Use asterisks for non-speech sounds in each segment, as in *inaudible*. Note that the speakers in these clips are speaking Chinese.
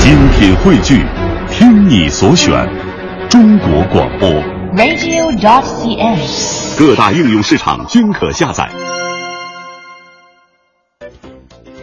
精品汇聚，听你所选，中国广播。 radio.cn。各大应用市场均可下载。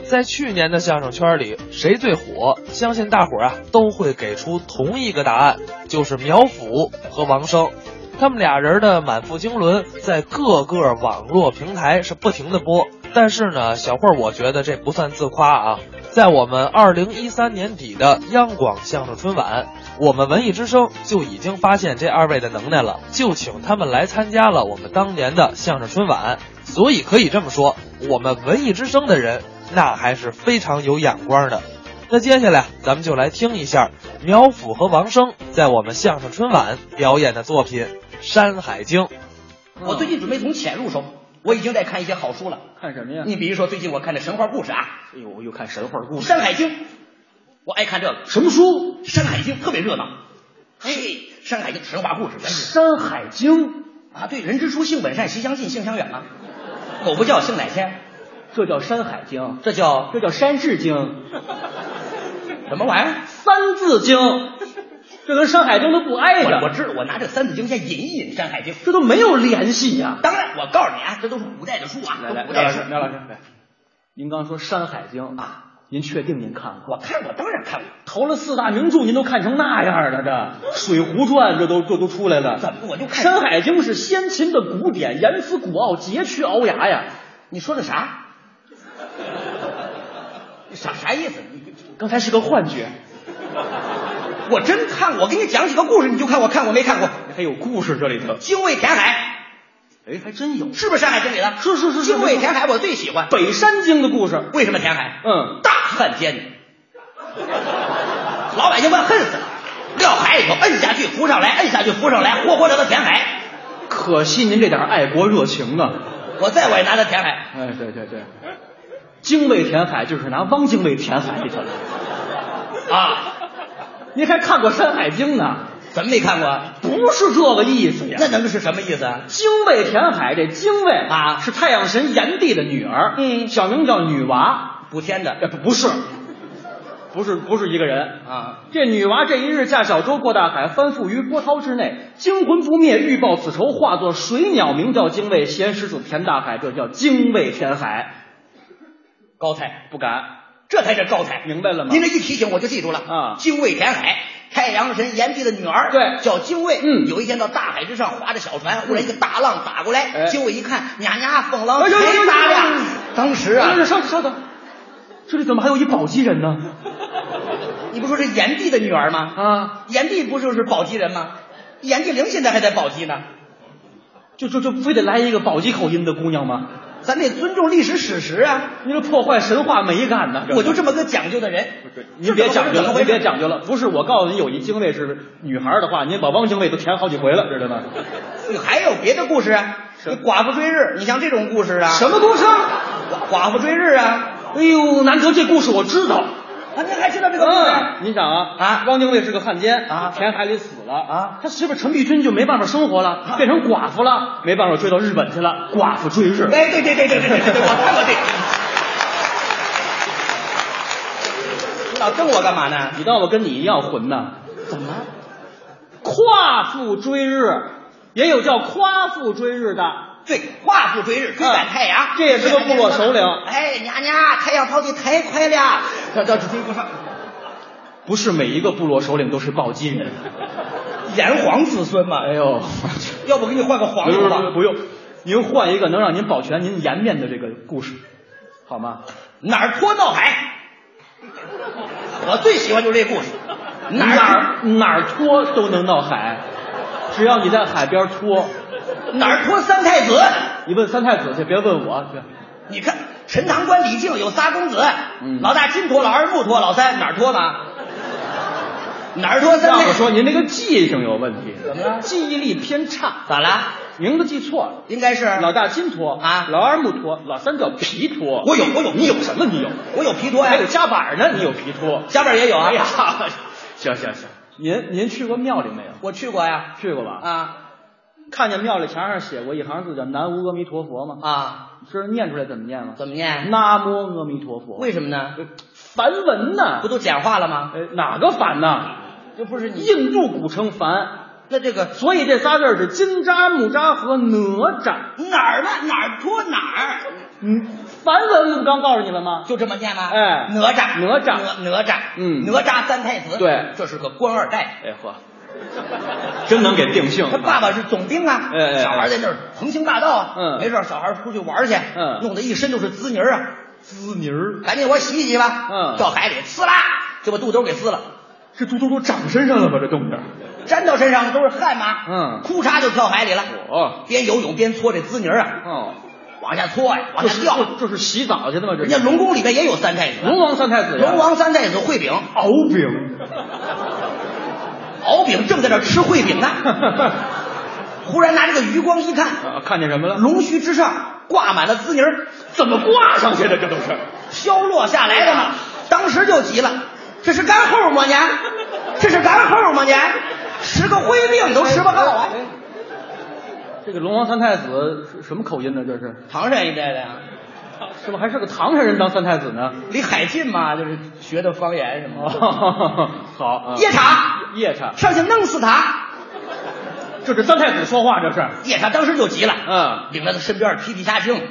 在去年的相声圈里，谁最火？相信大伙儿啊都会给出同一个答案，就是苗阜和王声。他们俩人的《满腹经纶》在各个网络平台是不停的播，但是呢，小慧儿我觉得这不算自夸啊。在我们二零一三年底的央广相声春晚，我们文艺之声就已经发现这二位的能耐了，就请他们来参加了我们当年的相声春晚。所以可以这么说，我们文艺之声的人那还是非常有眼光的。那接下来咱们就来听一下苗阜和王声在我们相声春晚表演的作品《山海经》。我最近准备从浅入手，我已经在看一些好书了。看什么呀？你比如说，最近我看的神话故事啊，嗯哎呦，我又看神话故《事。山海经》，我爱看这个。什么书？ 《山海经》特别热闹，嘿，《山海经》神话故事，哎《山海经》，啊，对，人之初，性本善，习相近，性相远啊。狗不教，性乃迁，这叫《山海经》，这叫这叫《山治经》，什么玩意儿？《三字经》，这跟《山海经》都不挨我我着，知道，我拿这《三字经》先引一引《山海经》。哎这都没有联系呀、当然，我告诉你啊，这都是古代的书啊，来来，古苗代老书师，。苗老师，来，您刚说《山海经》啊，您确定您看过？我看过，当然看过。投了四大名著，您都看成那样了，这《水浒传》这都这都出来了，怎么我就《看山海经》是先秦的古典，言辞古奥，佶屈聱牙呀。你说的啥？啥啥意思？你刚才是个幻觉，我真看过，我给你讲几个故事，你就看我看过没看过。还有故事这里头。精卫填海哎，还真有。是不是《山海经》里的？是是是是精卫填海我最喜欢。北山经的故事。为什么填海？嗯大旱艰难，老百姓们恨死了，撂海里头摁下去浮上来，摁下去浮上来，活活让他填海。可惜您这点爱国热情啊！我再我也拿他填海，哎，对对对，精卫填海就是拿汪精卫填海去了。啊，您还看过《山海经》呢？怎么没看过啊？不是这个意思呀那。能是什么意思啊？精卫填海，这精卫啊是太阳神炎帝的女儿，嗯小名叫女娃，补天呃的不不是，不是不是一个人。啊，这女娃这一日驾小舟过大海，翻覆于波涛之内，惊魂不灭，欲报此仇，化作水鸟，名叫精卫，衔石子填大海，这叫精卫填海。高才，不敢，这才是高才，明白了吗？您这一提醒我就记住了啊精卫填海，太阳神炎帝的女儿，对叫精卫。嗯有一天到大海之上划着小船，忽然一个大浪打过来，哎精卫一看，呀呀，风浪太哎呦呦呦呦大呦呦了。当时啊哎，稍稍等，这里怎么还有一宝鸡人 *laughs* 呢？你不说是炎帝的女儿吗？啊，炎帝不就是宝鸡人吗？炎帝陵现在还在宝鸡呢，就就就非得来一个宝鸡口音的姑娘吗？咱得尊重历史史实啊。您这破坏神话美感呢！我就这这么个讲究的人，您别讲究了，您别究。讲究了。不是我告诉您，有一精卫是女孩的话，您把汪精卫都填好几回了，知道吗？还有别的故事啊，什你么寡妇追日，你像这种故事啊，什么故事？寡寡妇追日啊，哎呦，难得这故事我知道。啊，您还知道这个故嗯，事？您想啊啊汪精卫是个汉奸啊填海里死了啊，他媳妇陈璧君就没办法生活了，变成寡妇了，没办法追到日本去了，寡妇追日。哎，对对对对对对对，我看过这个。你老瞪我干嘛呢？你当我跟你一样混呢？怎么了？夸父追日，也有叫夸父追日的。对，夸父追日，追赶太阳，嗯这也是个部落首领哎，娘娘，太阳跑得太快了，这这这追不上。不是每一个部落首领都是暴击人。炎黄子孙嘛，哎呦，要不给你换个皇不帝用吧？不用，您换一个能让您保全您颜面的这个故事，好吗？哪儿泼闹海？我最喜欢就是这故事，哪哪儿哪儿拖都能闹海，只要你在海边拖。儿哪儿泼三太子？你问三太子去，别问我。去。你看陈塘关李靖有仨公子，哎嗯老大金托，老二木托，老三哪儿托呢？哪儿托三要不太？说您这个记性有问题，怎么了记忆力偏差，咋了？名字记错了。应该是老大金托啊老二木托，老三叫皮托。我有我有，你有什么？你有？我有皮托还有呀，夹板呢，你有皮托。家边也有啊。哎呀，行行行，您您去过庙里没有？我去过呀，去过吧？，啊看见庙里墙上写过一行字叫“南无阿弥陀佛”吗？啊，知道念出来怎么念吗？怎么念？南无阿弥陀佛。为什么呢？樊文呐不，都简化了吗？呃，哪个樊呐？这不是你印度古称樊，那这个所以这仨字儿是金吒、木吒和哪吒。哪儿了？哪儿脱哪儿？嗯，樊文不刚告诉你了吗？就这么念吗？哎哪吒，哪吒哪哪吒，嗯哪吒三太子，对这是个官二代，哎呵，真能给定性他爸爸是总兵啊，嗯哎哎哎小孩在那儿横行霸道啊，嗯没事儿，小孩出去玩去，嗯弄得一身都是滋泥儿啊，滋泥儿赶紧给我洗一洗吧，嗯掉海里，呲啦，就把肚兜给撕了，这嘟嘟嘟长身上了吧？这动静儿。粘到身上的都是汗嘛，嗯裤衩就跳海里了，哦边游泳边搓这滋泥儿啊，哦，往下搓呀，往啊这下是掉，这这是洗澡去的吗？这人家是龙宫里边也有三太子，龙王三太子呀，龙王三太子烩饼，敖丙，敖丙正在那儿吃烩 *laughs* 饼呢，忽然拿这个余光一看，啊看见什么了？龙须之上挂满了滋泥儿，怎么挂上去的？这都是飘落下来的嘛， *laughs* 当时就急了，这是干后吗您？这是干后吗您？吃个灰病都吃不好啊！哎这个龙王三太子是什么口音呢？这是唐山一带的呀，是不是还是个唐山人当三太子呢？ *laughs* 离海近嘛，就是学的方言什么的。哦， *laughs* 好，啊夜叉，夜叉，上去弄死他！啊这是三太子说话，这是夜叉当时就急了，嗯，领着他身边皮皮虾精、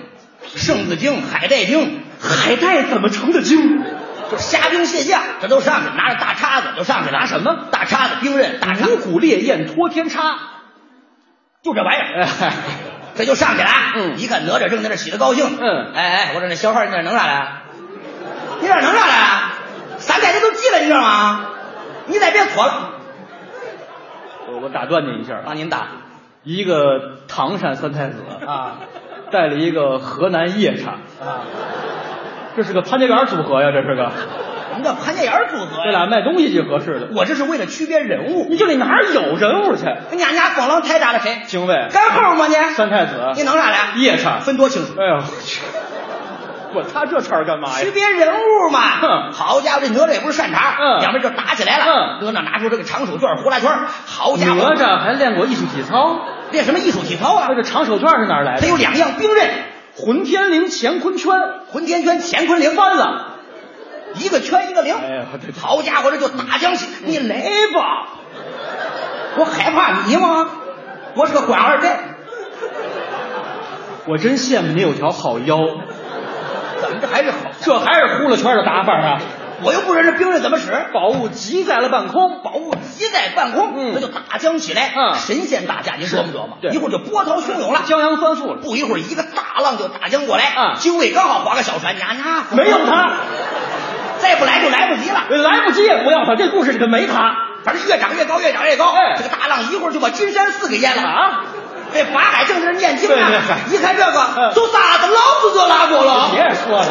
圣子精、海带精，海带怎么成的精？就虾兵蟹将，这都上去，拿着大叉子就上去了。拿什么大叉子、兵刃、大叉，五谷烈焰托天叉，就这玩意儿。哎，这就上去了啊。嗯一看哪吒正在这洗的高兴。嗯哎哎，我说那小孩你那能咋的？啊你那能咋的？啊三太子都急了，你知道吗？你再别搓了，我我打断您一下啊让，您打一个唐山三太子啊带了一个河南夜叉，啊！这是个潘家园组合呀，这是个，我们叫潘家园组合这俩呀。卖东西就合适了。我这是为了区别人物。哎你就得哪儿有人物去？你俺家光狼太打了谁？精卫、干后吗你？三太你子、能咋的？啊夜叉，分多清楚，哎呦我去！我擦这茬儿干嘛区呀？别人物嘛。哼好家伙，这哪吒也不是善茬儿，嗯两边就打起来了。哪吒拿出这个长手绢、呼啦圈儿，好家哪伙，吒还练过艺术体操，练什么艺术体操啊那？个长手绢是哪儿来他的？有两样兵刃，混天绫、乾坤圈，混天圈、乾坤铃翻了！一个圈一个零。哎呀，我这好家伙，这就打将起，你来吧！我害怕你吗？我是个官二代，我真羡慕你有条好腰，怎么着还是好？这还是呼啦圈的打法啊！我又不认识兵刃怎么使，宝物集在了半空，宝物急在半空，嗯那就打将起来。嗯神仙打架，您琢磨琢磨对，一会儿就波涛汹涌了。江洋翻覆了，不一会儿，一个大浪就打将过来。嗯精卫刚好划个小船，呀呀， *laughs* 没有他，哎再不来就来不及了。来不及也不要他，这故事里头没他反正越涨越高，越涨越高。哎这个大浪一会儿就把金山寺给淹了。啊！这法海正在那念经对对呢嗨，一看这个，嗯哎都傻子，老子就拉过了。别说了，